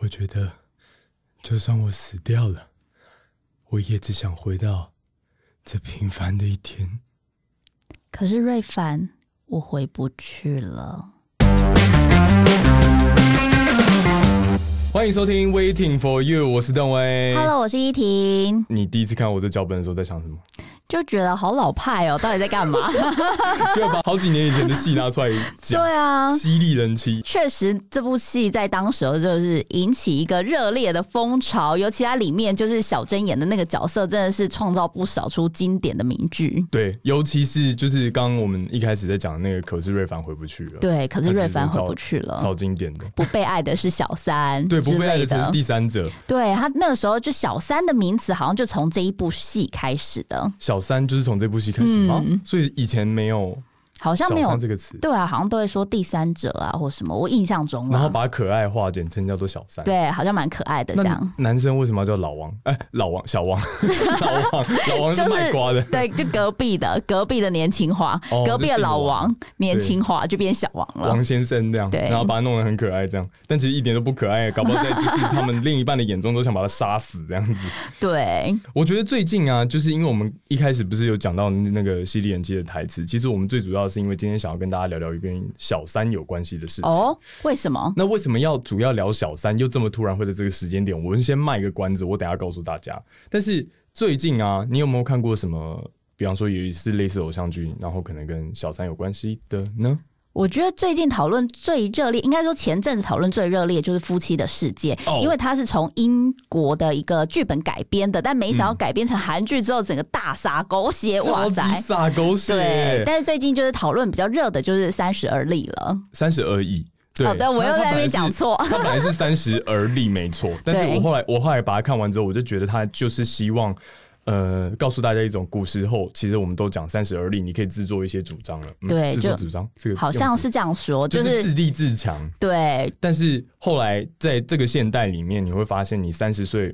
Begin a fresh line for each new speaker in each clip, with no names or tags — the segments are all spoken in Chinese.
我觉得，就算我死掉了，我也只想回到这平凡的一天。
可是瑞凡，我回不去了。
欢迎收听《Waiting for You》，我是邓威。
Hello，我是依婷，
你第一次看我这脚本的时候在想什么？
就觉得好老派哦，到底在干嘛？
就要把好几年以前的戏拿出来
对
讲，
啊，
犀利人妻。
确实，这部戏在当时候就是引起一个热烈的风潮，尤其它里面就是小珍演的那个角色，真的是创造不少出经典的名句。
对，尤其是就是刚刚我们一开始在讲的那个，可是瑞凡回不去了，
对，可是
他其实
瑞凡回
照
不去了。
超经典的。
不被爱的是小 三
对，不
之
被爱的
类
才是
的，
第三者，
对他那个时候就小三的名词好像就从这一部戏开始的，
小三就是从这部戏开始吗？
嗯
所以以前没有
好像
小
没有
三这个词，
对啊，好像都会说第三者啊或什么，我印象中
然后
啊，
把可爱化，简称叫做小三。
对，好像蛮可爱的这
那
样，
男生为什么要叫老王？哎、老王、小 王、老王、老王
就是是
卖瓜的。
对，就隔 壁的隔壁的年轻化，
哦
隔壁的老王年轻化就变小王了
王。先生这样，
对
然后把他弄得很可爱，这样，但其实一点都不可爱，搞不 好在就是他们另一半的眼中都想把他杀死这样子。
对，
我觉得最近啊，就是因为我们一开始不是有讲到那个犀利人妻的台词，其实我们最主要是因为今天想要跟大家聊聊一跟小三有关系的事情。
哦，为什么？
那为什么要主要聊小三？又这么突然会在这个时间点？我们先卖个关子，我等一下告诉大家。但是最近啊，你有没有看过什么？比方说有一次类似偶像剧，然后可能跟小三有关系的呢？
我觉得最近讨论最热烈，应该说前阵子讨论最热烈就是《夫妻的世界》
哦
因为它是从英国的一个剧本改编的，但没想到改编成韩剧之后，整个大撒狗血，
嗯
哇
超级
塞！
撒狗
对
血，！
但是最近就是讨论比较热的就是《三十而立》了。
三十而已。对，
哦，对，我又
他
在那边。
他本来
讲
是
错。
他本来是三十而立，没 错。但是我后来我后来把它看完之后，我就觉得他就是希望，呃，告诉大家一种古时候，其实我们都讲三十而立，你可以自作一些主张了。嗯
对
自作
就
主张这个
好像
用
是这样说，
词
就
就是
是、
自哎立自强。
对
但是后来在这个现代里面，你会发现你三十岁。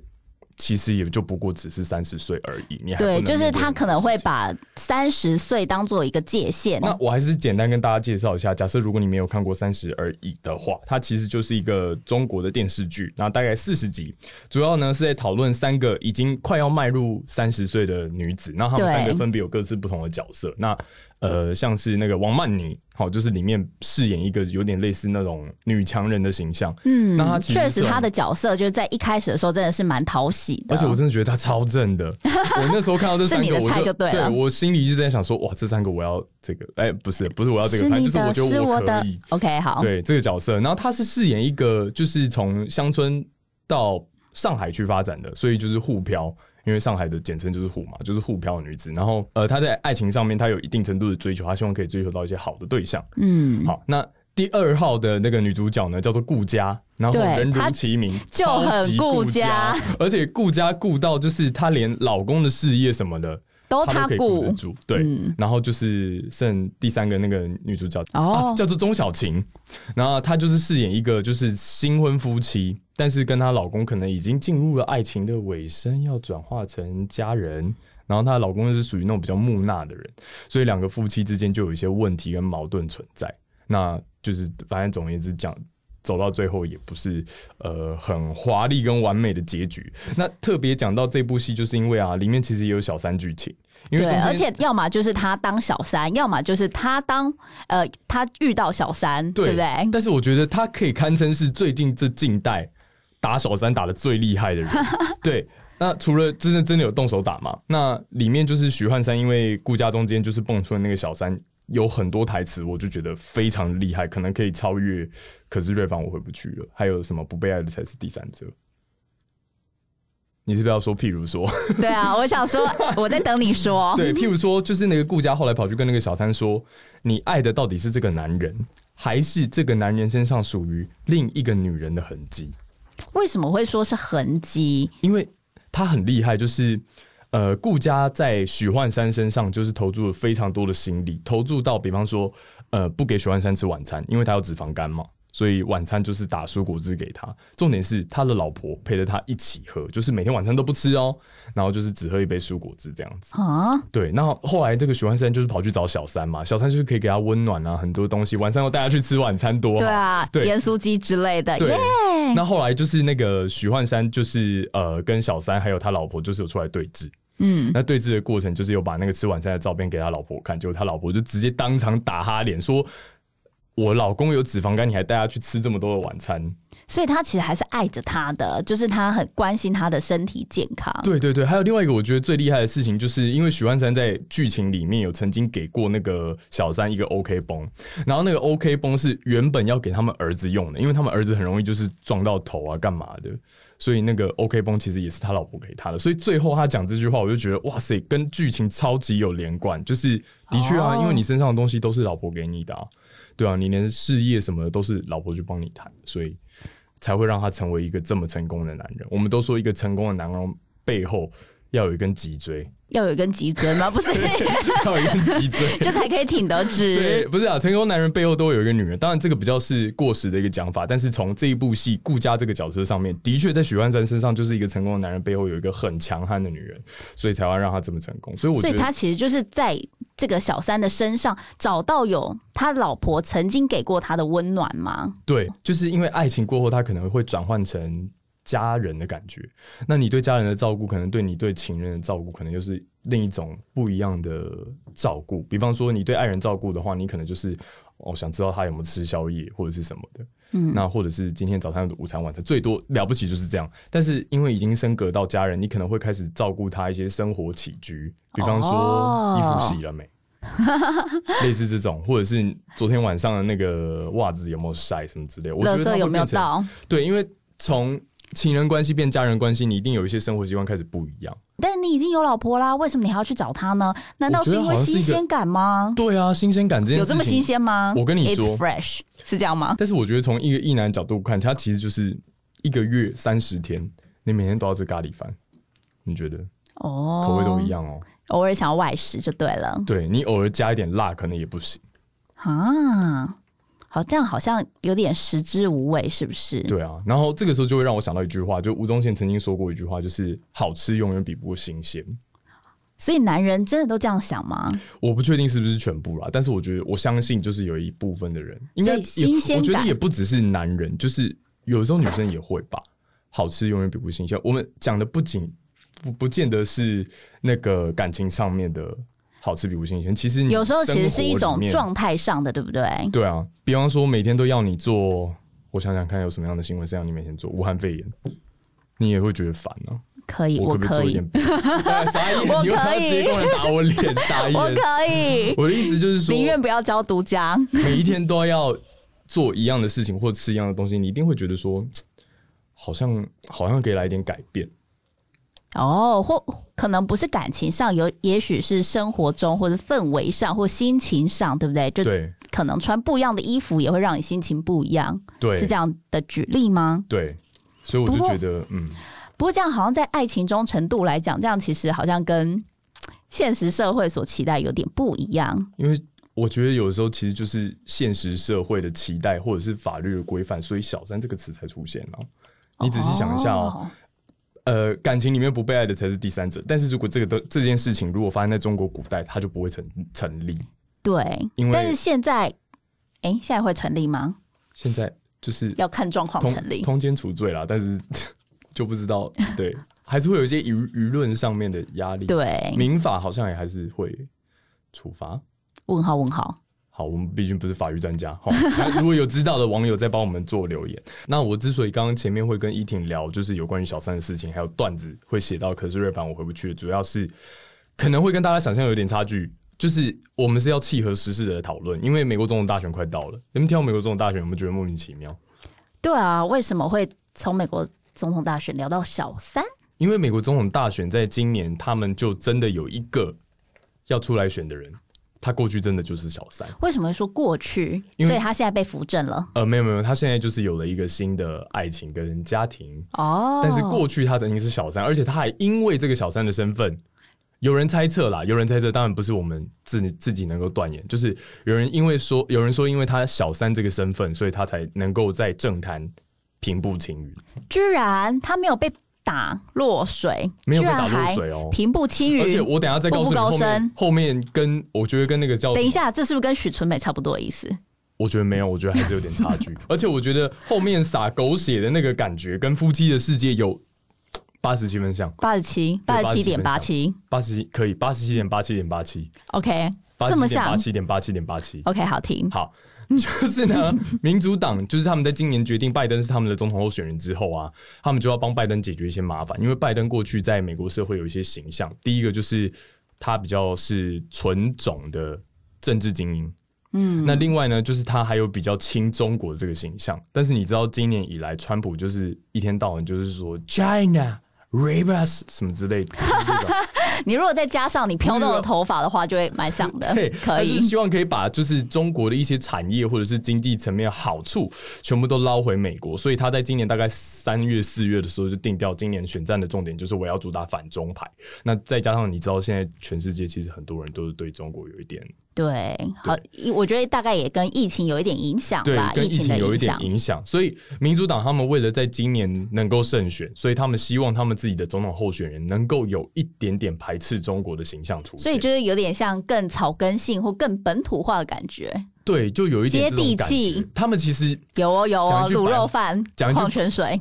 其实也就不过只是三十岁而已，你还
对，
不能
就是
面对
他可能会
很多事情
把三十岁当做一个界限。
那我还是简单跟大家介绍一下，假设如果你没有看过《三十而已》的话，它其实就是一个中国的电视剧，那大概四十集，主要呢是在讨论三个已经快要迈入三十岁的女子，那她们
对
三个分别有各自不同的角色。那呃，像是那个王曼妮，好，就是里面饰演一个有点类似那种女强人的形象，
嗯
那他其实
确
是
实
有
他的角色就是在一开始的时候真的是蛮讨喜的，
而且我真的觉得她超正的。我那时候看到这三
啊 是
个，
你的
我
菜就对
对
了
我心里一直在想说，哇，这三个我要这个，哎、不是不是我要这个，
是
反正就
你
是我
的，
觉
是
得
我
可
的
以。。
OK，好，
对这个角色，然后他是饰演一个就是从乡村到上海去发展的，所以就是沪漂，因为上海的简称就是沪嘛，就是沪漂的女子。然后呃，她在爱情上面她有一定程度的追求，她希望可以追求到一些好的对象。
嗯，
好，那第二号的那个女主角呢，叫做顾佳，然后
对
人如
她
其名，
就
超
很
级
顾
顾
家，
而且顾家顾到就是她连老公的事业什么的，
都
她
他
都可以顾得
顾，
住。对，
嗯
然后就是剩第三个那个女主角，
哦
啊、叫做钟小晴，然后她就是饰演一个就是新婚夫妻，但是跟她老公可能已经进入了爱情的尾声，要转化成家人。然后她的老公又是属于那种比较木讷的人，所以两个夫妻之间就有一些问题跟矛盾存在。那就是反正总而言之讲。走到最后也不是呃很华丽跟完美的结局。那特别讲到这部戏，就是因为啊，里面其实也有小三剧情，因为
对
中，间
而且要么就是他当小三，要么就是他当呃他遇到小三，对不对？
但是我觉得他可以堪称是最近这近代打小三打的最厉害的人。对，那除了真的真的有动手打嘛？那里面就是徐汉山，因为顾家中间就是蹦出了那个小三，有很多台词，我就觉得非常厉害，可能可以超越。可是瑞凡我回不去了，还有什么不被爱的才是第三者？你是不是要说，譬如说，
对 啊，我想说，我在等你说，
对，譬如说，就是那个顾家后来跑去跟那个小三说：“你爱的到底是这个男人，还是这个男人身上属于另一个女人的痕迹
为什么会说是痕迹？？”
因为他很厉害，就是呃，顾家在许幻山身上就是投注了非常多的心力，投注到比方说呃，不给许幻山吃晚餐，因为他有脂肪肝嘛。所以晚餐就是打蔬果汁给他。重点是他的老婆陪着他一起喝，就是每天晚餐都不吃哦，然后就是只喝一杯蔬果汁这样子。
啊，
对，那后来这个许幻山就是跑去找小三嘛，小三就是可以给他温暖啊，很多东西，晚上又带他去吃晚餐，多好。
对啊，
对
盐酥鸡之类的，
对
耶，
那后来就是那个许幻山，就是呃，跟小三还有他老婆，就是有出来对峙。
嗯，
那对峙的过程就是有把那个吃晚餐的照片给他老婆看，结果他老婆就直接当场打他脸，说：“我老公有脂肪肝，你还带他去吃这么多的晚餐
所以他其实还是爱着他的，就是他很关心他的身体健康。？”
对对对，还有另外一个我觉得最厉害的事情，就是因为许幻山在剧情里面有曾经给过那个小三一个 OK 绷，然后那个 OK 绷是原本要给他们儿子用的，因为他们儿子很容易就是撞到头啊干嘛的，所以那个 OK 绷其实也是他老婆给他的，所以最后他讲这句话，我就觉得哇塞，跟剧情超级有连贯，就是的确啊，
哦
因为你身上的东西都是老婆给你的、啊，对啊，你连事业什么的都是老婆去帮你谈，所以才会让他成为一个这么成功的男人。我们都说一个成功的男人背后要有一根脊椎，
要有一根脊 椎吗？不是，
要有一根脊椎，
就才可以挺得
对，
直。
不是啊，成功男人背后都有一个女人。当然，这个比较是过时的一个讲法，但是从这一部戏顾家这个角色上面，的确在许幻山身上就是一个成功的男人背后有一个很强悍的女人，所以才会让他这么成功。所以我觉
所以
得
他其实就是在这个小三的身上找到有他老婆曾经给过他的温暖吗？
对，就是因为爱情过后，他可能会转换成家人的感觉。那你对家人的照顾，可能对你对情人的照顾，可能又是另一种不一样的照顾。比方说，你对爱人照顾的话，你可能就是哦，想知道他有没有吃宵夜或者是什么的。嗯，那或者是今天早餐、午餐、晚餐，最多了不起就是这样。但是因为已经升格到家人，你可能会开始照顾他一些生活起居，比方说
哦
衣服洗了没。类似这种，或者是昨天晚上的那个袜子有没有晒什么之类，我觉
垃
得它
圾
会
有没有
变成？
到？
对，因为从情人关系变家人关系，你一定有一些生活习惯开始不一样。
但是你已经有老婆啦，为什么你还要去找他呢？难道是因为新鲜感吗？
对啊，新鲜感这件
有
事
这
情
么新。鲜吗？
我跟你说
，It's fresh 是这样吗？
但是我觉得从一个一男的角度看，它其实就是一个月三十天，你每天都要吃咖喱饭，你觉得
哦，
口味都一，样哦？
偶尔想要外食就对了
对你偶尔加一点辣可能也不行。
啊。好，这样好像有点食之无味，是不是？
对啊，然后这个时候就会让我想到一句话，就吴宗宪曾经说过一句话，就是好吃永远比不过新鲜。
所以男人真的都这样想吗？
我不确定是不是全部啦，但是我觉得我相信就是有一部分的人，应该也
所以新鲜
我
感
觉得也不只是男人，就是有时候女生也会吧。好吃永远比不新鲜。我们讲的不仅不不见得是那个感情上面的好吃比不新鲜，其实你
有时候其实是一
生活
种
里面
状态上的，对不对？
对啊，比方说每天都要你做，我想想看有什么样的新闻是让你每天做武汉肺炎，你也会觉得烦啊。
可以，
我可
我
不可以
可
做一
以
点，别的？ 哎傻眼，
我
你又
可
要直
以
接过来打我脸，傻眼。
我可以，
我的意思就是 说，
宁愿不要交独家。
每一天都要做一样的事情或吃一样的东西，你一定会觉得说，好像好像可以来一点改变。
哦，或可能不是感情上，有也许是生活中或者氛围上或心情上，对不对？就
对
可能穿不一样的衣服也会让你心情不一样，
对，
是这样的举例吗？
对，所以我就
不过
觉得，嗯，
不过这样好像在爱情中程度来讲，这样其实好像跟现实社会所期待有点不一样。
因为我觉得有时候其实就是现实社会的期待或者是法律的规范，所以“小三”这个词才出现啊。你仔细想一下哦，
哦
呃，感情里面不被爱的才是第三者。但是如果这个都这件事情如果发生在中国古代，它就不会成成立。
对
因为，
但是现在，哎，现在会成立吗？
现在就是
要看状况
通
成立。
通奸除罪啦，但是 就不知道，对，还是会有一些舆舆论上面的压力。，
对，
民法好像也还是会处罚。
问号问号。
好，我们毕竟不是法律专家，好，那 如果有知道的网友再帮我们做留言。那我之所以刚刚前面会跟依婷聊，就是有关于小三的事情，还有段子会写到，可是瑞凡我回不去，主要是可能会跟大家想象有点差距。就是我们是要契合时事的讨论，因为美国总统大选快到了。你们听到美国总统大选有没有觉得莫名其妙？
对啊，为什么会从美国总统大选聊到小三？
因为美国总统大选在今年，他们就真的有一个要出来选的人，他过去真的就是小三。
为什么会说过去？
因为
所以他现在被扶正了。
呃，没有没有，他现在就是有了一个新的爱情跟家庭，
哦，
但是过去他曾经是小三，而且他还因为这个小三的身份有人猜测啦，有人猜测，当然不是我们自自己能够断言，就是有人因为说，有人说，因为他小三这个身份，所以他才能够在政坛平步青云。
居然他没有被打落水，
没有被
居然
打落
还
水哦
平步青
而且
云。
我等一下再告诉
步
你
步高
后面
升，
后面跟我觉得跟那个叫
等一下，这是不是跟许纯美差不多的意思？
我觉得没有，我觉得还是有点差距。 而且我觉得后面撒狗血的那个感觉，跟夫妻的世界有八十七分像，
八十七，八十七点八七
八十七可以，八十七点八七点八七，
，OK，
八
这
十
么
七点
像
八七点八七点八七。
，OK，好听。
好，就是呢，民主党就是他们在今年决定拜登是他们的总统候选人之后啊，他们就要帮拜登解决一些麻烦，因为拜登过去在美国社会有一些形象，第一个就是他比较是纯种的政治精英。嗯，那另外呢，就是他还有比较亲中国这个形象，但是你知道今年以来，川普就是一天到晚就是说 China Rebus 什么之类的，就是这种
你如果再加上你飘动的头发的话，就会蛮像 的
对，，
可
他就
以
是。希望可以把就是中国的一些产业或者是经济层面的好处全部都捞回美国，所以他在今年大概三月四月的时候就定掉今年选战的重点就是我要主打反中牌。那再加上你知道现在全世界其实很多人都是对中国有一点
对，好，我觉得大概也跟疫情有一点影响
对
吧，
跟
情的
有一点
响。
影响，所以民主党他们为了在今年能够胜选，所以他们希望他们自己的总统候选人能够有一点点排斥中国的形象出现，
所以就是有点像更草根性或更本土化的感觉。
对就有一点这
接
种
地
感
气
觉。他们其实
有哦有
讲
哦
一，句白
卤肉饭
讲一、句
矿 泉水。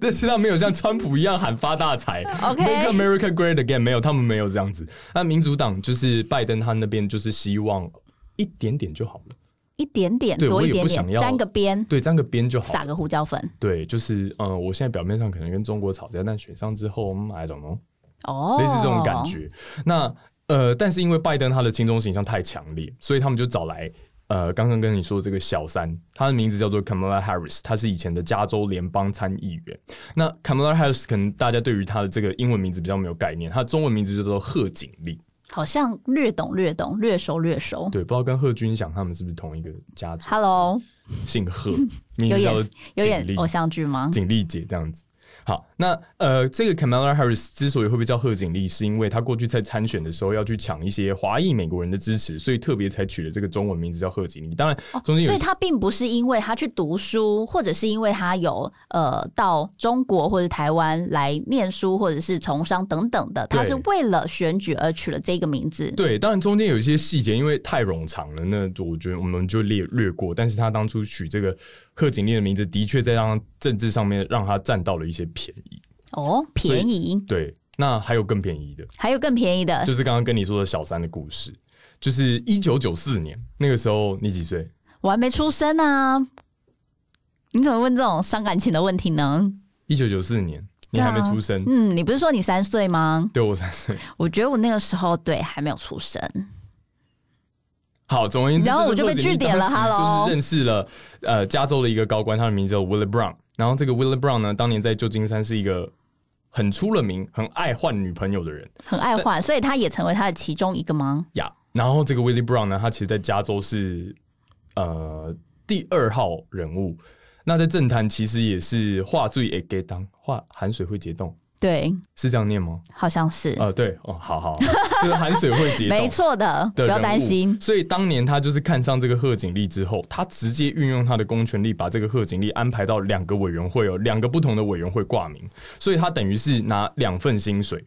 但是他没有像川普一样喊发大财
OK
Make America Great Again，没有，他们没有这样子。那民主党就是拜登他那边就是希望一点点就好了，
一点点，
对
多
我
一
也
点
不想
点，
要
沾个边，
对，沾个边就好
撒
了。
个胡椒粉。
对，就是呃，我现在表面上可能跟中国吵架，但选上之后、嗯、，I don't know，
哦，
类似这种感。觉。那呃，但是因为拜登他的亲中形象太强烈，所以他们就找来呃，刚刚跟你说这个小三，他的名字叫做 Kamala Harris，他是以前的加州联邦参议员。那 Kamala Harris 可能大家对于他的这个英文名字比较没有概念，他的中文名字就叫做贺锦丽。
好像略懂略懂，略熟略熟。
对，不知道跟贺军翔他们是不是同一个家族，
Hello，
姓 贺，名
有
字
演
叫
有
锦
演
丽。
偶像剧吗？
锦丽姐这样子。好，那呃，这个 Kamala Harris 之所以会被叫贺锦丽，是因为她过去在参选的时候要去抢一些华裔美国人的支持，所以特别才取了这个中文名字叫贺锦丽。当然，中间有
哦所
一些、
以他并不是因为他去读书，或者是因为他有呃到中国或者台湾来念书，或者是从商等等的，
对
他是为了选举而取了这个名字。
对，当然中间有一些细节，因为太冗长了，那我觉得我们就略略过。但是她当初取这个贺锦丽的名字，的确在让政治上面让她占到了一些便宜。
哦，
以
便宜，
对，那还有更便宜的，
还有更便宜的
就。是刚刚跟你说的小三的故事，就是一九九四年那个时候，你几岁？
我还没出生啊！你怎么问这种伤感情的问题呢？
一九九四年，你还没出生，对,、
嗯，你不是说你三岁吗？
我三岁。
我觉得我那个时候对还没有出生，
好，总而言之，
然后我就被
这是
据点了
当时
hello
就是认识了呃加州的一个高官，他的名字叫 Willie Brown。然后这个 Willie Brown 呢，当年在旧金山是一个很出了名、很爱换女朋友的人
很爱换，所以他也成为他的其中一个吗？
呀。然后这个 Willie Brown 呢，他其实在加州是呃第二号人物。那在政坛其实也是话最也给当，话含水会结冻，
对，
是这样念吗？
好像是，
呃，对，哦，好好，就是含水会 结冻，
没错的，不
的
要
人
担
物
心。
所以当年他就是看上这个贺锦丽之后，他直接运用他的公权力，把这个贺锦丽安排到两个委员会哦，两个不同的委员会挂名，所以他等于是拿两份薪水。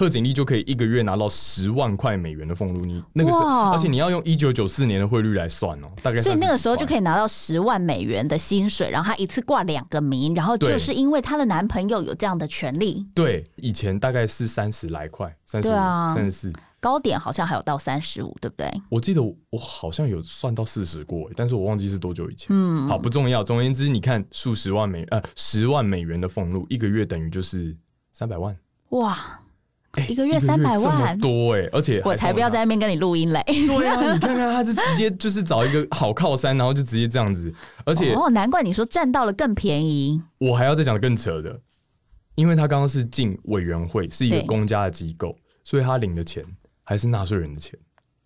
贺锦丽就可以一个月拿到十万块美元的俸禄，你那个时候，
哇
而且你要用一九九四年的汇率来算哦，大概
所以那个时候就
以
可以拿到十万美元的薪水，然后她一次挂两个名，然后
对
就是因为她的男朋友有这样的权利，
对，以前大概是三十来块，三十五、
对啊
三十四，
高点好像还有到三十五，对不对？
我记得我我好像有算到四十过，但是我忘记是多久以前。嗯，好，不重要。总而言之，你看数十万美呃十万美元的俸禄，一个月等于就是三百万，
哇，
哎
一个月
一
300万
这么多哎、而且还
我才
送
不要
他
在那边跟你录音嘞！
对啊！ 你看看，他是直接就是找一个好靠山，然后就直接这样子，而且
哦，难怪你说占到了更便宜，
我还要再讲更扯的，因为他刚刚是进委员会，是一个
对
公家的机构，所以他领的钱还是纳税人的钱。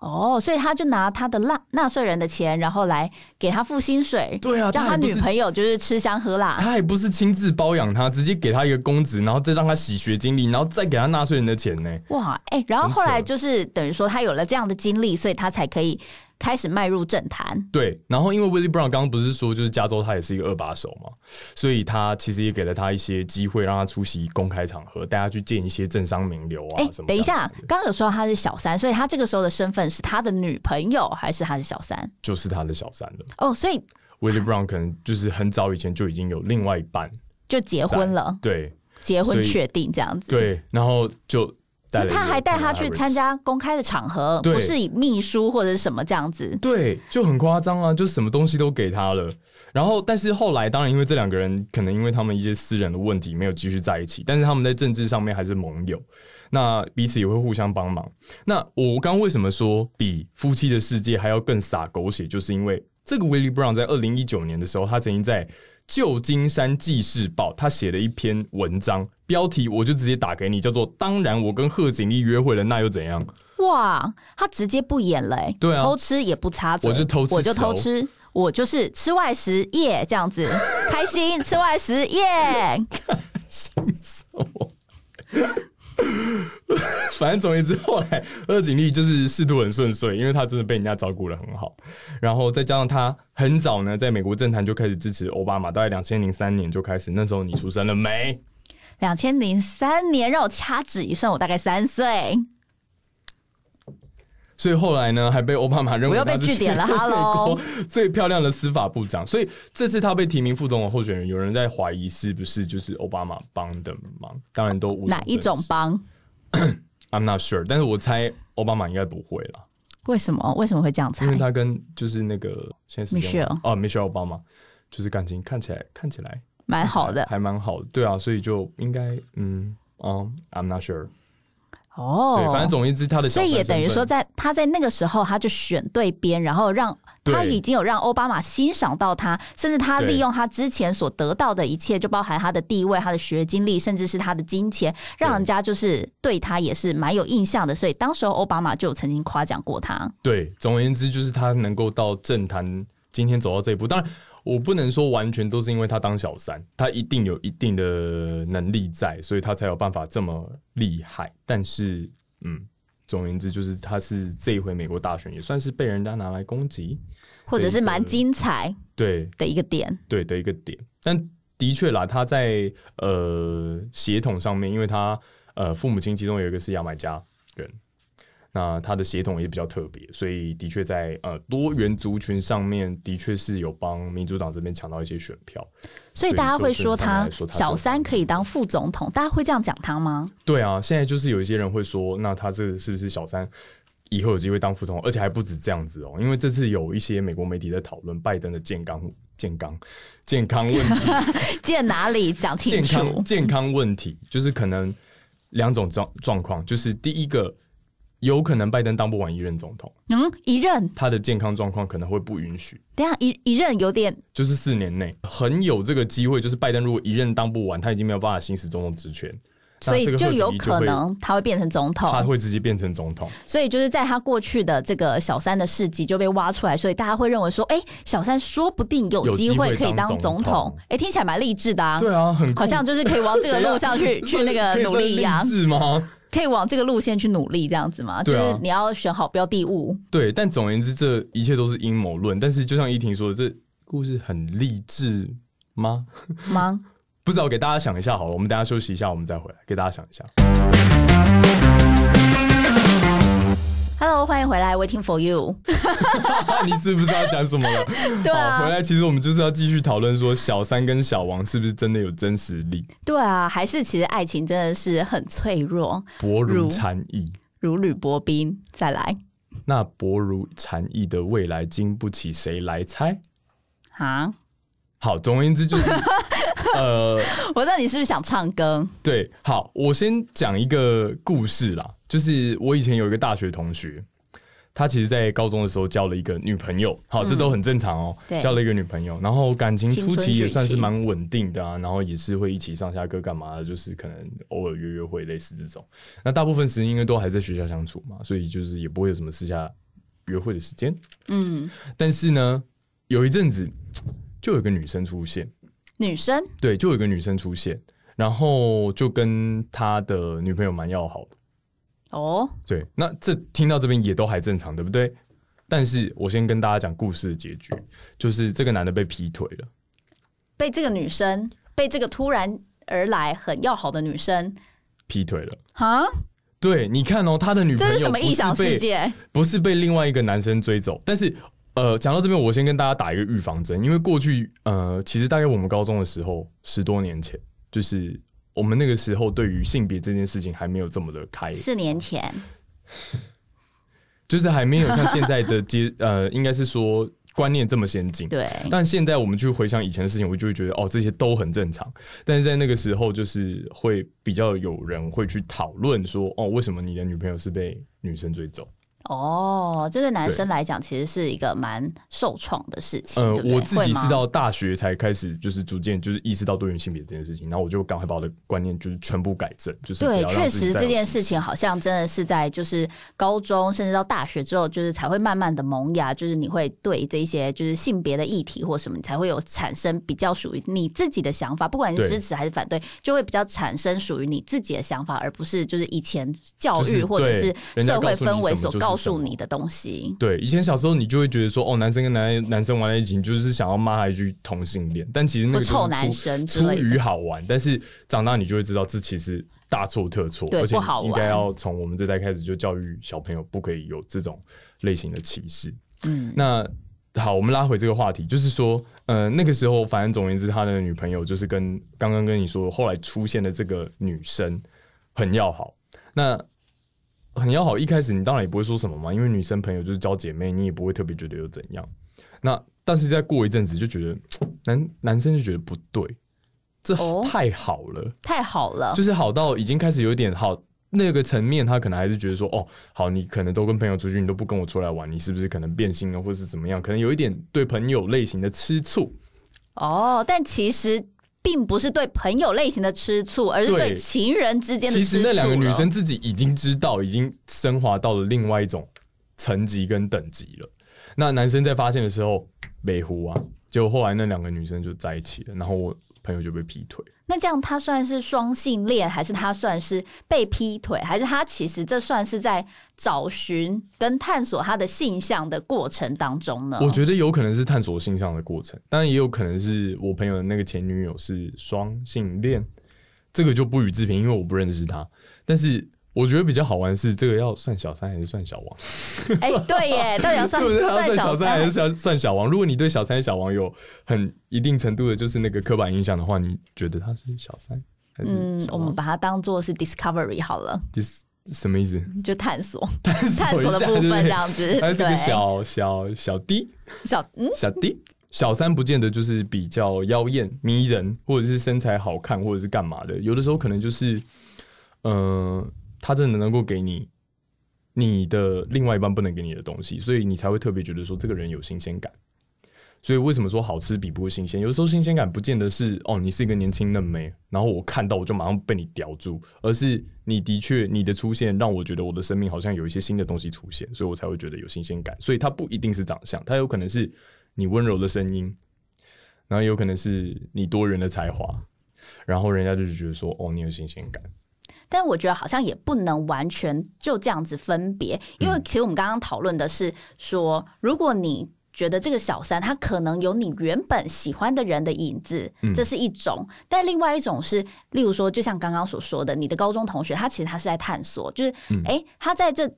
哦，所以他就拿他的纳纳税人的钱，然后来给他付薪水，
对啊，
让
他
他
还不
女
是
朋友就是吃香喝辣。
他还不是亲自包养他，直接给他一个公职，然后再让他洗学经历，然后再给他纳税人的钱呢？
哇，哎、然后
很
后来
扯
就是等于说他有了这样的经历，所以他才可以开始迈入政坛。
对，然后因为 Willie Brown 刚刚不是说，就是加州他也是一个二把手嘛，所以他其实也给了他一些机会，让他出席公开场合，带他去见一些政商名流啊
哎、
什么。
等一，下，刚刚有说到他是小三，所以他这个时候的身份是他的女朋友还是他的小三？
就是他的小三了。
哦，所以
Willie Brown 可能就是很早以前就已经有另外一半，
就结婚了，
对
结
所
婚
以
确定这样子。，
对，然后就带
那
了
嗯他
一个
还带他
Kamala
去
Harris 啊
参加公开的场合，
对
不是以秘书或者是什么这样子。
对，就很夸张啊，就什么东西都给他了。然后，但是后来，当然因为这两个人可能因为他们一些私人的问题没有继续在一起，但是他们在政治上面还是盟友，那彼此也会互相帮忙。那我刚为什么说比夫妻的世界还要更洒狗血，就是因为这个 Willie Brown 在二零一九年的时候，他曾经在。旧金山纪事报，他写了一篇文章，标题我就直接打给你，叫做“当然我跟贺锦丽约会了，那又怎样？”
哇，他直接不演了、哎，
对啊
偷吃也不插嘴，
我就偷吃哦
我就偷吃，我就是吃外食耶，这样子开心，吃外食耶。
反正总而言之，后来二井丽就是仕途很顺遂，因为她真的被人家照顾的很好。然后再加上她很早呢，在美国政坛就开始支持奥巴马，大概两千零三年就开始。那时候你出生了没？
两千零三年，让我掐指一算，我大概三岁，
所以后来呢，还被奥巴马认
我
为
又被
她是
据点了。Hello，
最漂亮的司法部长。所以这次她被提名副总统候选人，有人在怀疑是不是就是奥巴马帮的忙？当然都无从
哪一种
证实
帮？
？I'm not sure，但是我猜奥巴马应该不会啦。
为什么？为什么会这样猜
因？为他跟就是那个现在是这样
Michelle
哦，Michelle Obama，就是感情看起来看起来
蛮好的
还蛮好的，对啊，所以就应该嗯嗯、i m not sure，、
哦。
对，反正总而言之，他的小
所以也
三
等于
身
说
份
在，他在那个时候他就选对边，然后让
对
他已经有让奥巴马欣赏到他，甚至他
对
利用他之前所得到的一切，就包含他的地位、他的学经历，甚至是他的金钱，让
对
人家就是对他也是蛮有印象的。所以当时候奥巴马就有曾经夸奖过他。
对，总而言之就是他能够到政坛今天走到这一步，当然。我不能说完全都是因为他当小三，他一定有一定的能力在，所以他才有办法这么厉害。但是，嗯，总而言之，就是他是这一回美国大选也算是被人家拿来攻击，
或者是
对
蛮
对
精彩
对，
的一个点，
对的一个点。但的确啦，他在呃血统上面，因为他呃父母亲其中有一个是牙买加人，那他的血统也比较特别，所以的确在呃多元族群上面，的确是有帮民主党这边抢到一些选票。所
所以
以
大家
就
会
这
说
上面
他
来说他是
小
很
三可以当副总统，大家会这样讲他吗？
对啊，现在就是有一些人会说，那他这是不是小三？以后有机会当副总统，而且还不止这样子哦，因为这次有一些美国媒体在讨论拜登的健康、健康、健康问题，
见哪里讲清
健
楚
康？健康问题，就是可能两种状状况，就是第一个，有可能拜登当不完一任总统，
嗯，一任，
他的健康状况可能会不允许，
等一下一一任有点
就是四年内很有这个机会，就是拜登如果一任当不完，他已经没有办法行使总统职权，
所以
那这个
就
贺锦
有
丽
可
会。
能他会变成总
他
统，
会直接变成总统，
所以就是在他过去的这个小三的事迹就被挖出来，所以大家会认为说，哎、小三说不定有
有
机
机会
可以
当
当总
总
统
统，
哎、听起来蛮励志的啊，
对啊，很酷
好像就是可以往这个
等一下
路 上去 去那个
可以
努力一
算
样
励，志吗？
可以往这个路线去努力这样子嘛，就
对啊
是你要选好标的物，
对，但总而言之，这一切都是阴谋论。但是就像依婷说的，这故事很励志吗？
吗？
不知道，给大家想一下好了，我们等一下休息一下，我们再回来给大家想一下。
Hello，欢迎回来，Waiting for you。
你是不知道讲什么了？
对
好，回
啊，
来其实我们就是要继续讨论说，小三跟小王是不是真的有真实力，
对啊，还是其实爱情真的是很脆弱，
薄
如
如蝉翼。
如履薄冰。再来
那薄如蝉翼的未来，经不起谁来猜。
啊，
好，总而言之就是，呃，
我知道你是不是想唱歌？
对，好，我先讲一个故事啦，就是我以前有一个大学同学，他其实在高中的时候交了一个女朋友，好，这都很正常哦、
嗯对
交了一个女朋友，然后感情
青
初
春
期
时
也算
期
是蛮稳定的啊，然后也是会一起上下课干嘛的，就是可能偶尔约约会类似这种。那大部分时间因为都还在学校相处嘛，所以就是也不会有什么私下约会的时间。
嗯，
但是呢，有一阵子就有个女生出现，
女生
对，就有一个女生出现，然后就跟他的女朋友蛮要好的。
哦，
对，那这听到这边也都还正常，对不对？但是我先跟大家讲故事的结局，就是这个男的被劈腿了。
被这个女生，被这个突然而来很要好的女生，
劈腿了，
哈，
对，你看哦，他的女朋
这
友
是什么
不
异想
被
世界？
不是被另外一个男生追走，但是呃，讲到这边，我先跟大家打一个预防针，因为过去呃，其实大概我们高中的时候，十多年前，就是我们那个时候对于性别这件事情还没有这么的开，
四年前，
就是还没有像现在的接 呃，应该是说观念这么先进。
对，
但现在我们去回想以前的事情，我就会觉得哦，这些都很正常。但是在那个时候，就是会比较有人会去讨论说，哦，为什么你的女朋友是被女生追走？
哦，这对男
对
生来讲其实是一个蛮受创的事情，
呃
对，不对
我自己
会吗
是到大学才开始，就是逐渐就是意识到多元性别这件事情，然后我就赶快把我的观念就是全部改正，就是不
对，
要让
确
自己
实
再
这
有
件
歧视
事情好像真的是在就是高中甚至到大学之后，就是才会慢慢的萌芽，就是你会对这些就是性别的议题或什么，你才会有产生比较属于你自己的想法，不管是
对
支持还是反对，就会比较产生属于你自己的想法，而不是就是以前教
就
育
是
或者
对
是
人家
社会
告诉你
氛围
什么
所
就是
告
什
诉
么
你的东西。
对，以前小时候你就会觉得说，哦，男生跟男男生玩在一起，你就是想要骂他一句同性恋，但其实那个
或
就是
臭
出
男生之
出
类的
于好玩，但是长大你就会知道这其实大错特错，
对
而且
不好玩
应该要从我们这代开始就教育小朋友不可以有这种类型的歧视。
嗯，
那好，我们拉回这个话题，就是说，呃，那个时候，反正总而言之，他的女朋友就是跟刚刚跟你说，后来出现的这个女生很要好。那很要好，一开始你当然也不会说什么嘛，因为女生朋友就是交姐妹，你也不会特别觉得有怎样。那但是再过一阵子就觉得男男生就觉得不对，这
哦
太好了。
太好了，
就是好到已经开始有点好那个层面，他可能还是觉得说，哦，好，你可能都跟朋友出去，你都不跟我出来玩，你是不是可能变心了，或是怎么样？可能有一点对朋友类型的吃醋，
哦，但其实。并不是对朋友类型的吃醋，而是
对
对情人之间的
其
吃
实
醋
那两个女
了
生自己已经知道，已经升华到了另外一种层级跟等级了。那男生在发现的时候，北湖啊，结果后来那两个女生就在一起了，然后我朋友就被劈腿。
那这样他算是双性恋，还是他算是被劈腿，还是他其实这算是在找寻跟探索他的性向的过程当中呢？
我觉得有可能是探索性上的过程，当然也有可能是我朋友的那个前女友是双性恋，这个就不予置评，因为我不认识她。但是我觉得比较好玩的是，这个要算小三还是算小王？
得，哎、对耶，到底 要 算
对不对？要算
小
小三还是 算算小王？如果你对小三、小王有很一定程度的，就是那个刻板印象的话，你觉得他是小三还是
嗯，
小
我
王？
们把它当做是 discovery 好了，
Dis- 什么意思？
就探索
探
探索的部分这样子，
他是个
对，
小小小 D。
小嗯，
小弟。小三不见得就是比较妖艳迷人，或者是身材好看，或者是干嘛的。有的时候可能就是，呃，他真的能够给你你的另外一半不能给你的东西，所以你才会特别觉得说这个人有新鲜感。所以为什么说好吃比不过新鲜？有的时候新鲜感不见得是哦，你是一个年轻嫩妹，然后我看到我就马上被你叼住，而是你的确你的出现让我觉得我的生命好像有一些新的东西出现，所以我才会觉得有新鲜感。所以它不一定是长相，它有可能是你温柔的声音，然后有可能是你多元的才华，然后人家就觉得说哦，你有新鲜感。
但我觉得好像也不能完全就这样子分别，因为其实我们刚刚讨论的是说，如果你觉得这个小三他可能有你原本喜欢的人的影子，这是一种；但另外一种是，例如说，就像刚刚所说的，你的高中同学他其实他是在探索，就是诶，他在这。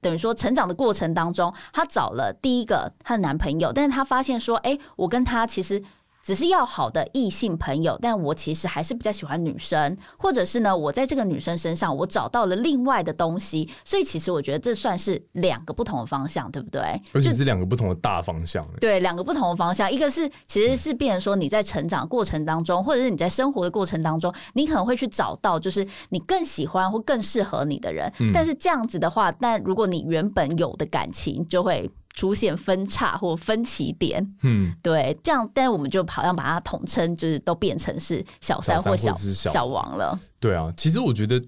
等于说，成长的过程当中，她找了第一个她的男朋友，但是她发现说，诶，我跟他其实只是要好的异性朋友，但我其实还是比较喜欢女生，或者是呢，我在这个女生身上我找到了另外的东西，所以其实我觉得这算是两个不同的方向，对不对？
而且是两个不同的大方向。欸
对，两个不同的方向，一个是其实是变成说你在成长过程当中，或者是你在生活的过程当中，你可能会去找到就是你更喜欢或更适合你的人，
嗯
但是这样子的话，但如果你原本有的感情就会出现分叉或分歧点，
嗯，
对，这样，但我们就好像把它统称，就是都变成是小三
小三
或
或者是小
小王了。
对啊，其实我觉得，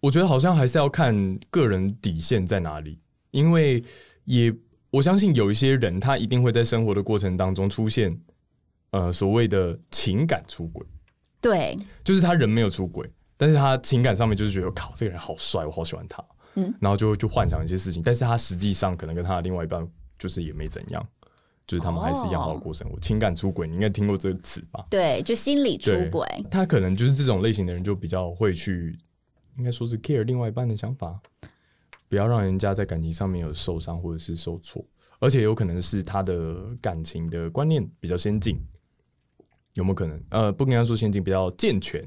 我觉得好像还是要看个人底线在哪里，因为也我相信有一些人，他一定会在生活的过程当中出现，呃，所谓的情感出轨，
对，
就是他人没有出轨，但是他情感上面就是觉得，靠，这个人好帅，我好喜欢他，
嗯，
然后就就幻想一些事情，但是他实际上可能跟他的另外一半就是也没怎样，就是他们还是一样好好过生活。情感出轨，你应该听过这个词吧？
对，就心理出
对
轨，
他可能就是这种类型的人，就比较会去，应该说是 care 另外一半的想法，不要让人家在感情上面有受伤或者是受挫，而且有可能是他的感情的观念比较先进，有没有可能？呃，不跟他说先进，比较健全，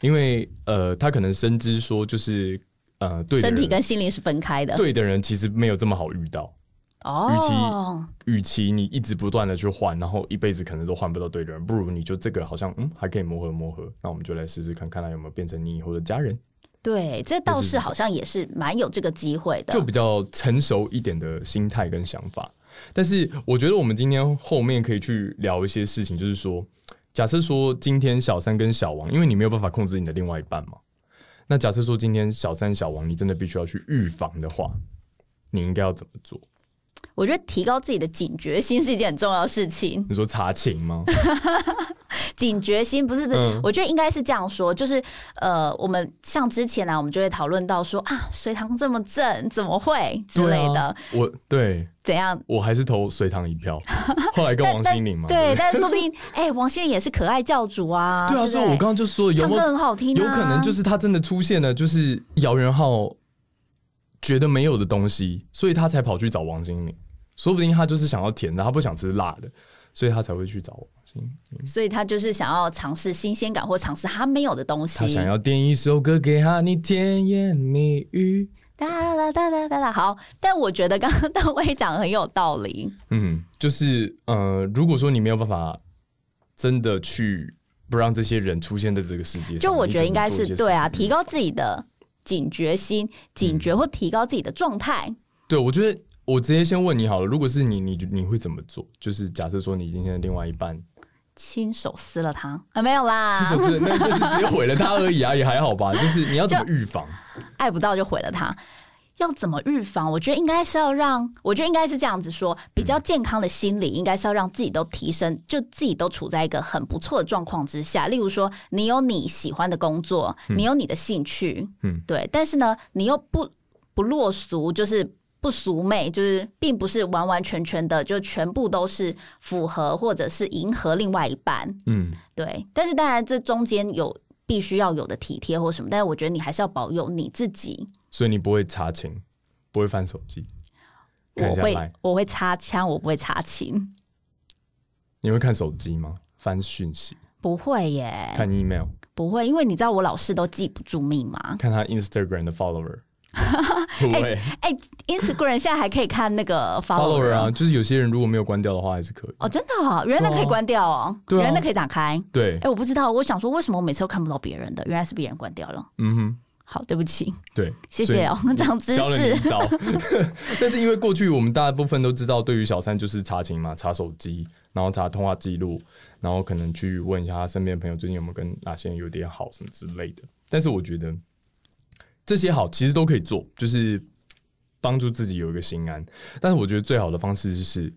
因为呃，他可能深知说就是呃，对的
身体
人
跟心灵是分开的。
对的人其实没有这么好遇到。
哦，
与其你一直不断的去换，然后一辈子可能都换不到对的人，不如你就这个好像嗯还可以磨合磨合，那我们就来试试看，看他有没有变成你以后的家人，
对，这倒
就是
是好像也是蛮有这个机会的
就。比较成熟一点的心态跟想法。但是我觉得我们今天后面可以去聊一些事情，就是说，假设说今天小三跟小王，因为你没有办法控制你的另外一半嘛，那假设说今天小三小王，你真的必须要去预防的话，你应该要怎么做？
我觉得提高自己的警觉心是一件很重要的事情。
你说查情吗？
警觉心不是不是，
嗯
我觉得应该是这样说，就是呃，我们像之前啊，我们就会讨论到说啊，隋唐这么正，怎么会之类
对
的，
啊我对。
怎样？
我还是投隋唐一 票，后来跟王心凌嘛。
对，但是说不定，哎、王心凌也是可爱教主啊。
对
对
啊，
不
所以我刚刚就说有
唱
没
歌
有
很好听、啊，
有可能就是他真的出现了，就是姚元浩觉得没有的东西，所以他才跑去找王心凌。说不定他就是想要甜的，他不想吃辣的，所以他才会去找王心凌。
所以他就是想要尝试新鲜感，或尝试他没有的东西。
他想要点一首歌给哈你甜言蜜语。
哒哒哒哒哒哒，好。但我觉得刚刚 大卫讲得很有道理，
嗯，就是呃，如果说你没有办法真的去不让这些人出现在这个世界上，
就我
你
觉得
只
应
能
该
做一
是
些
对啊，
事情嗯
提高自己的警觉心、警觉或提高自己的状态。
对，我觉得我直接先问你好了，如果是你，你你会怎么做？就是假设说你今天的另外一半，
亲手撕了他啊，没有啦
就，是那就是直接毁了他而已啊，也还好吧。就是你要怎么预防？
爱不到就毁了他。要怎么预防？我觉得应该是要让，我觉得应该是这样子说，比较健康的心理应该是要让自己都提升，就自己都处在一个很不错的状况之下。例如说，你有你喜欢的工作，你有你的兴趣，
嗯
对，但是呢，你又不不落俗，就是。不俗媚，就是并不是完完全全的，就全部都是符合或者是迎合另外一半，
嗯，
对，但是当然这中间有必须要有的体贴或什么，但是我觉得你还是要保有你自己。
所以你不会查情，不会翻手机，看
我
一下
会
来，
我会擦枪，我不会擦琴，
你会看手机吗？翻讯息，
不会耶，
看 email，
不会，因为你知道我老是都记不住密码。
看他 Instagram 的 follower，会不会
哎、i n s t a g r a m 现在还可以看 那个
follower
follower
啊？就是有些人如果没有关掉的话，还是可以。
哦，真的哦，原来那可以关掉哦，
对啊
原来那可以打开。
对
哎、，我不知道，我想说为什么我每次都看不到别人的，原来是别人关掉了。
嗯哼，
好，对不起，
对，
谢
所以
谢哦， 长知
教了你
识
一。招。 但是因为过去我们大部分都知道，对于小三就是查情嘛，查手机，然后查通话记录，然后可能去问一下他身边的朋友最近有没有跟哪些人有点好什么之类的。但是我觉得这些好其实都可以做，就是帮助自己有一个心安。但是我觉得最好的方式就是。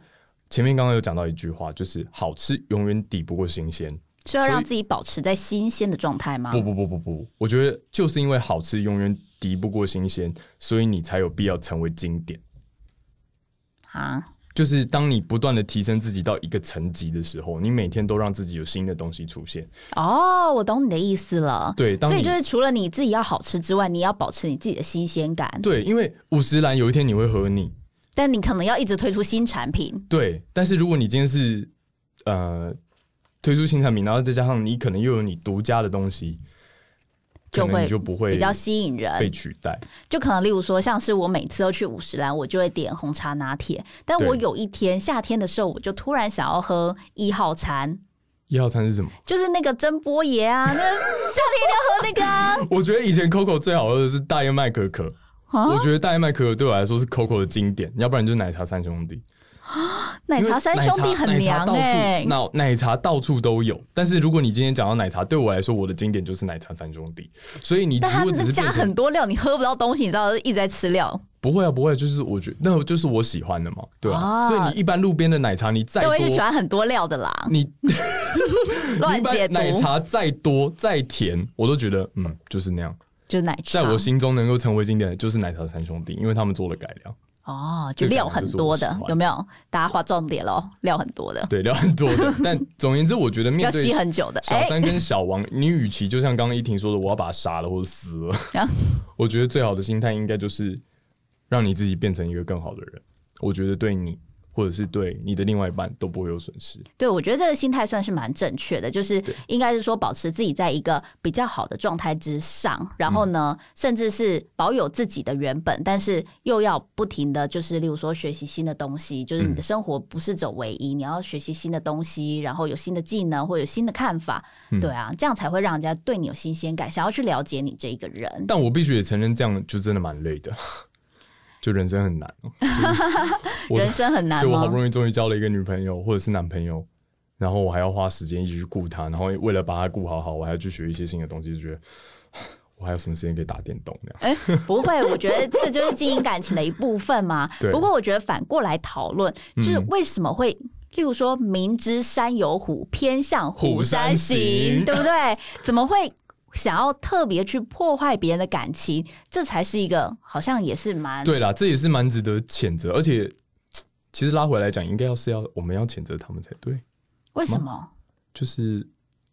前面刚刚有讲到一句话，就是好吃永远抵不过新鲜。
是要
所以
让自己保持在新鲜的状态吗？
不不不不不，我觉得就是因为好吃永远敌不过新鲜，所以你才有必要成为经典。
啊，
就是当你不断的提升自己到一个层级的时候，你每天都让自己有新的东西出现。
哦，我懂你的意思了。
对，当
所以
你
就是除了你自己要好吃之外，你要保持你自己的新鲜感。
对，因为五十岚有一天你会和你
但你可能要一直推出新产品，
对，但是如果你今天是呃推出新产品，然后再加上你可能又有你独家的东西，
就
可能
会
你就不会
比较吸引
被
人。
取代。
就可能例如说，像是我每次都去五十岚，我就会点红茶拿铁。但我
对
有一天夏天的时候，我就突然想要喝一号餐，
一号餐是什么？
就是那个蒸波爷啊， 那个夏天一定要喝
我觉得以前 Coco 最好喝的是大燕麦可可，
那个
我
啊。
觉得大燕麦可可对我来说是 Coco 的经典，要不然就是奶茶三兄弟。
奶
因为
茶三兄弟很娘哎、
奶茶到处奶奶茶到处都有。但是如果你今天讲到奶茶，对我来说，我的经典就是奶茶三兄弟。所以你
但
如
他
果
们
只是
加
变成
很多料，你喝不到东西，你知道，一直在吃料。
不会啊，不会，就是我觉得那就是我喜欢的嘛，对啊。
哦
所以你一般路边的奶茶，你再
但
多
我，也是喜欢很多料的啦，
你一
乱解
般
读
奶茶再多再甜，我都觉得嗯就是那样。
就奶茶，
在我心中能够成为经典的就是奶茶三兄弟，因为他们做了改良，
哦，
这
就
个
料
感觉
很
就是我
多
喜
的
欢，
有没有？大家划重点喽，料很多的，
对，料很多 的。但总而言之，我觉得面
要
对
吸很久的，
小
哎、
三跟小王，你与其就像刚刚依婷说的，我要把他杀了或者死了，
然后
我觉得最好的心态应该就是让你自己变成一个更好的人。我觉得对你或者是对你的另外一半都不会有损失。
对我觉得这个心态算是蛮正确的，就是应该是说保持自己在一个比较好的状态之上，然
嗯
后呢，甚至是保有自己的原本，但是又要不停的就是，例如说学习新的东西，就是
嗯
你的生活不是走唯一，你要学习新的东西，然后有新的技能或有新的看法，
嗯
对啊，这样才会让人家对你有新鲜感，想要去了解你这一个人。
但我必须也承认，这样就真的蛮累的， 就人生很难哦。我
人生很难
对我好
吗
不？容易终于交了一个女朋友或者是男朋友，然后我还要花时间一直去顾她，然后为了把她顾好好，我还要去学一些新的东西，就觉得 我还有什么时间可以打电动这样？
哎、不会，我觉得这就是经营感情的一部分嘛
对。嗯
不过我觉得反过来讨论，就是为什么会。例如说，明知山有虎，偏向虎山行，
虎山行
对不对？怎么会想要特别去破坏别人的感情？这才是一个好像也是蛮
对啦，这也是蛮值得谴责，而且其实拉回来讲，应该要是要我们要谴责他们才对，
为什么？
就是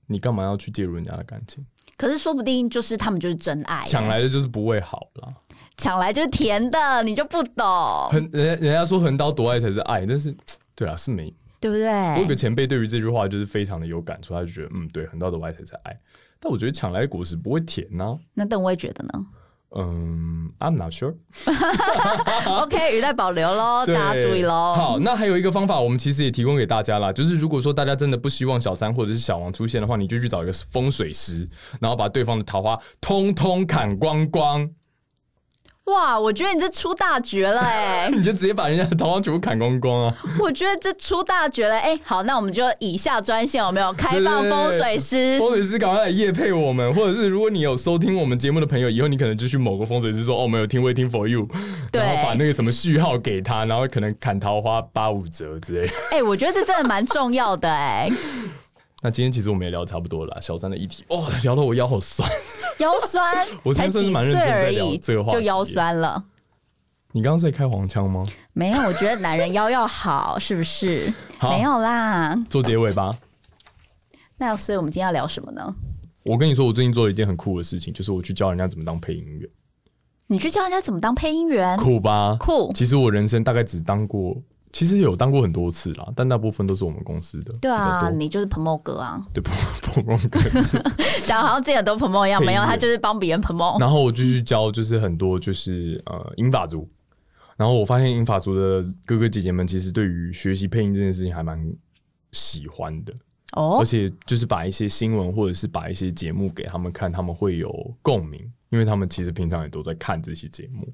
你干嘛要去介入人家的感情？
可是说不定就是他们就是真爱，
抢来的就是不会好啦。
抢来就是甜的，你就不懂，
横人家人家说横刀夺爱才是爱，但是对啦，是没。
对不
我有个
对？
前辈对于这句话就是非常的有感触，他就觉得嗯，对，横刀夺爱才是爱。但我觉得抢来的果实不会甜呐、
那邓威觉得 呢
嗯，I'm not sure。
？OK，语带保留喽，
对
大家注意喽。
好，那还有一个方法，我们其实也提供给大家啦，就是如果说大家真的不希望小三或者是小王出现的话，你就去找一个风水师，然后把对方的桃花通通砍光光，
哇，我觉得你这出大绝了哎、
你就直接把人家的桃花全部砍光光啊！
我觉得这出大绝了哎、好，那我们就以下专线有没有开放风水师？
风水师赶快来夜配我们，或者是如果你有收听我们节目的朋友，以后你可能就去某个风水师说哦，我们有听 Waiting for You，
对
然后把那个什么序号给他，然后可能砍桃花八五折之类的。
哎、我觉得这真的蛮重要的哎、
那今天其实我们也聊得差不多了啦，小三的议题哦，聊到我腰好酸。
腰酸
我今
才
天算是
几
蛮认
岁
真在
而
聊
已，
这个话题
就腰酸了。
你刚刚是在开黄腔吗？
没有，我觉得男人腰要好，是不是？
好
没有啦。
做结尾吧。
那所以我们今天要聊什么呢？
我跟你说，我最近做了一件很酷的事情，就是我去教人家怎么当配音员，
你去教人家怎么当配音员？
酷吧？
酷
其实我人生大概只当过，其实有当过很多次啦，但大部分都是我们公司的。
对
比
啊，
较多
你就是 promo 哥啊，
对 不不公司。
讲好像自己很多 promo 一样，
配音
没有，
员
他就是帮别人 promo。
然后我就去教，就是很多就是呃英法族，然后我发现英法族的哥哥姐姐们其实对于学习配音这件事情还蛮喜欢的，
哦
而，且就是把一些新闻或者是把一些节目给他们看，他们会有共鸣，因为他们其实平常也都在看这些节目。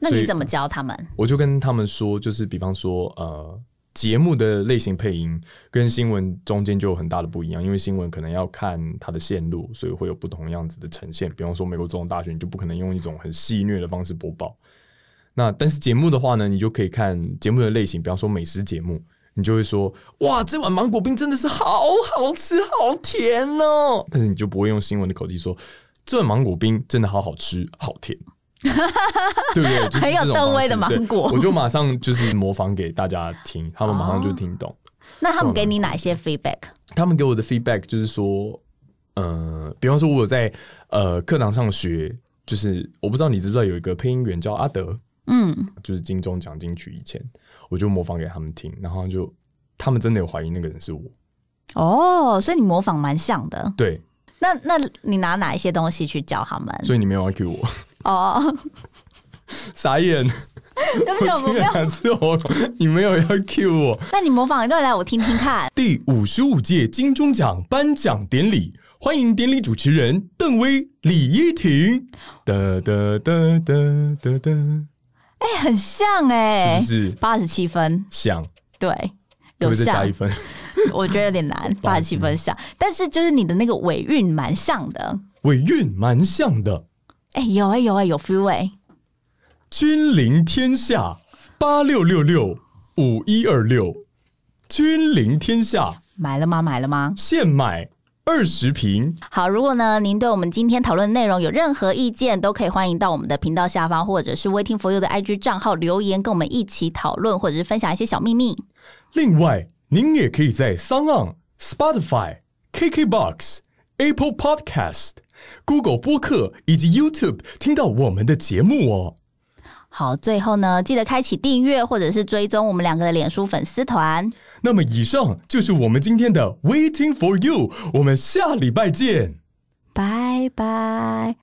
那
所
你
以
怎么教他们？
我就跟他们说，就是比方说，呃，节目的类型配音跟新闻中间就有很大的不一样，因为新闻可能要看它的线路，所以会有不同样子的呈现。比方说美国总统大选，你就不可能用一种很戏谑的方式播报。那但是节目的话呢，你就可以看节目的类型，比方说美食节目。你就会说，哇，这碗芒果冰真的是好好吃，好甜哦！但是你就不会用新闻的口气说，这碗芒果冰真的好好吃，好甜，对不 对？就是
很有
这种
邓威的
方式对
芒果
我就马上就是模仿给大家听，他们马上就听懂。
那他们给你哪一些 feedback？
他们给我的 feedback 就是说，呃，比方说我有在呃课堂上学，就是我不知道你知不知道有一个配音员叫阿德，
嗯，
就是金钟奖金曲以前，我就模仿给他们听，然后就他们真的有怀疑那个人是我，
哦，所以你模仿蛮像的。
对，
那那你拿哪一些东西去教他们？
所 以你没有要 cue 我，
哦，
傻眼，
对不起，我
我竟
们没有。
然是我，你没有要 cue 我，
那你模仿一段来，我听听看。
第五十五届金钟奖颁奖典礼，欢迎典礼主持人邓威、李依婷。哒哒哒哒哒哒，
哎、很像哎、
是不是
八十七分，
想？
对，
可
有
不可以再加
像
一，分？
我觉得有点难，八十七分像，但是就是你的那个尾韵蛮像的。欸
尾韵蛮像的，
哎、有哎、有哎、有 feel 哎、
君临天下八六六六五一二六，君临天下
买了吗？买了吗？
现买二十瓶。
好，如果呢您对我们今天讨论的内容有任何意见，都可以欢迎到我们的频道下方或者是 Waiting for You 的 IG 账号留言，跟我们一起讨论或者是分享一些小秘密。
另外，您也可以在 s o n Spotify、KKBox、Apple Podcast、Google 播客以及 YouTube 听到我们的节目哦。
好，最后呢，记得开启订阅或者是追踪我们两个的脸书粉丝团。
那么，以上就是我们今天的 Waiting for You，我们下礼拜见。
拜拜。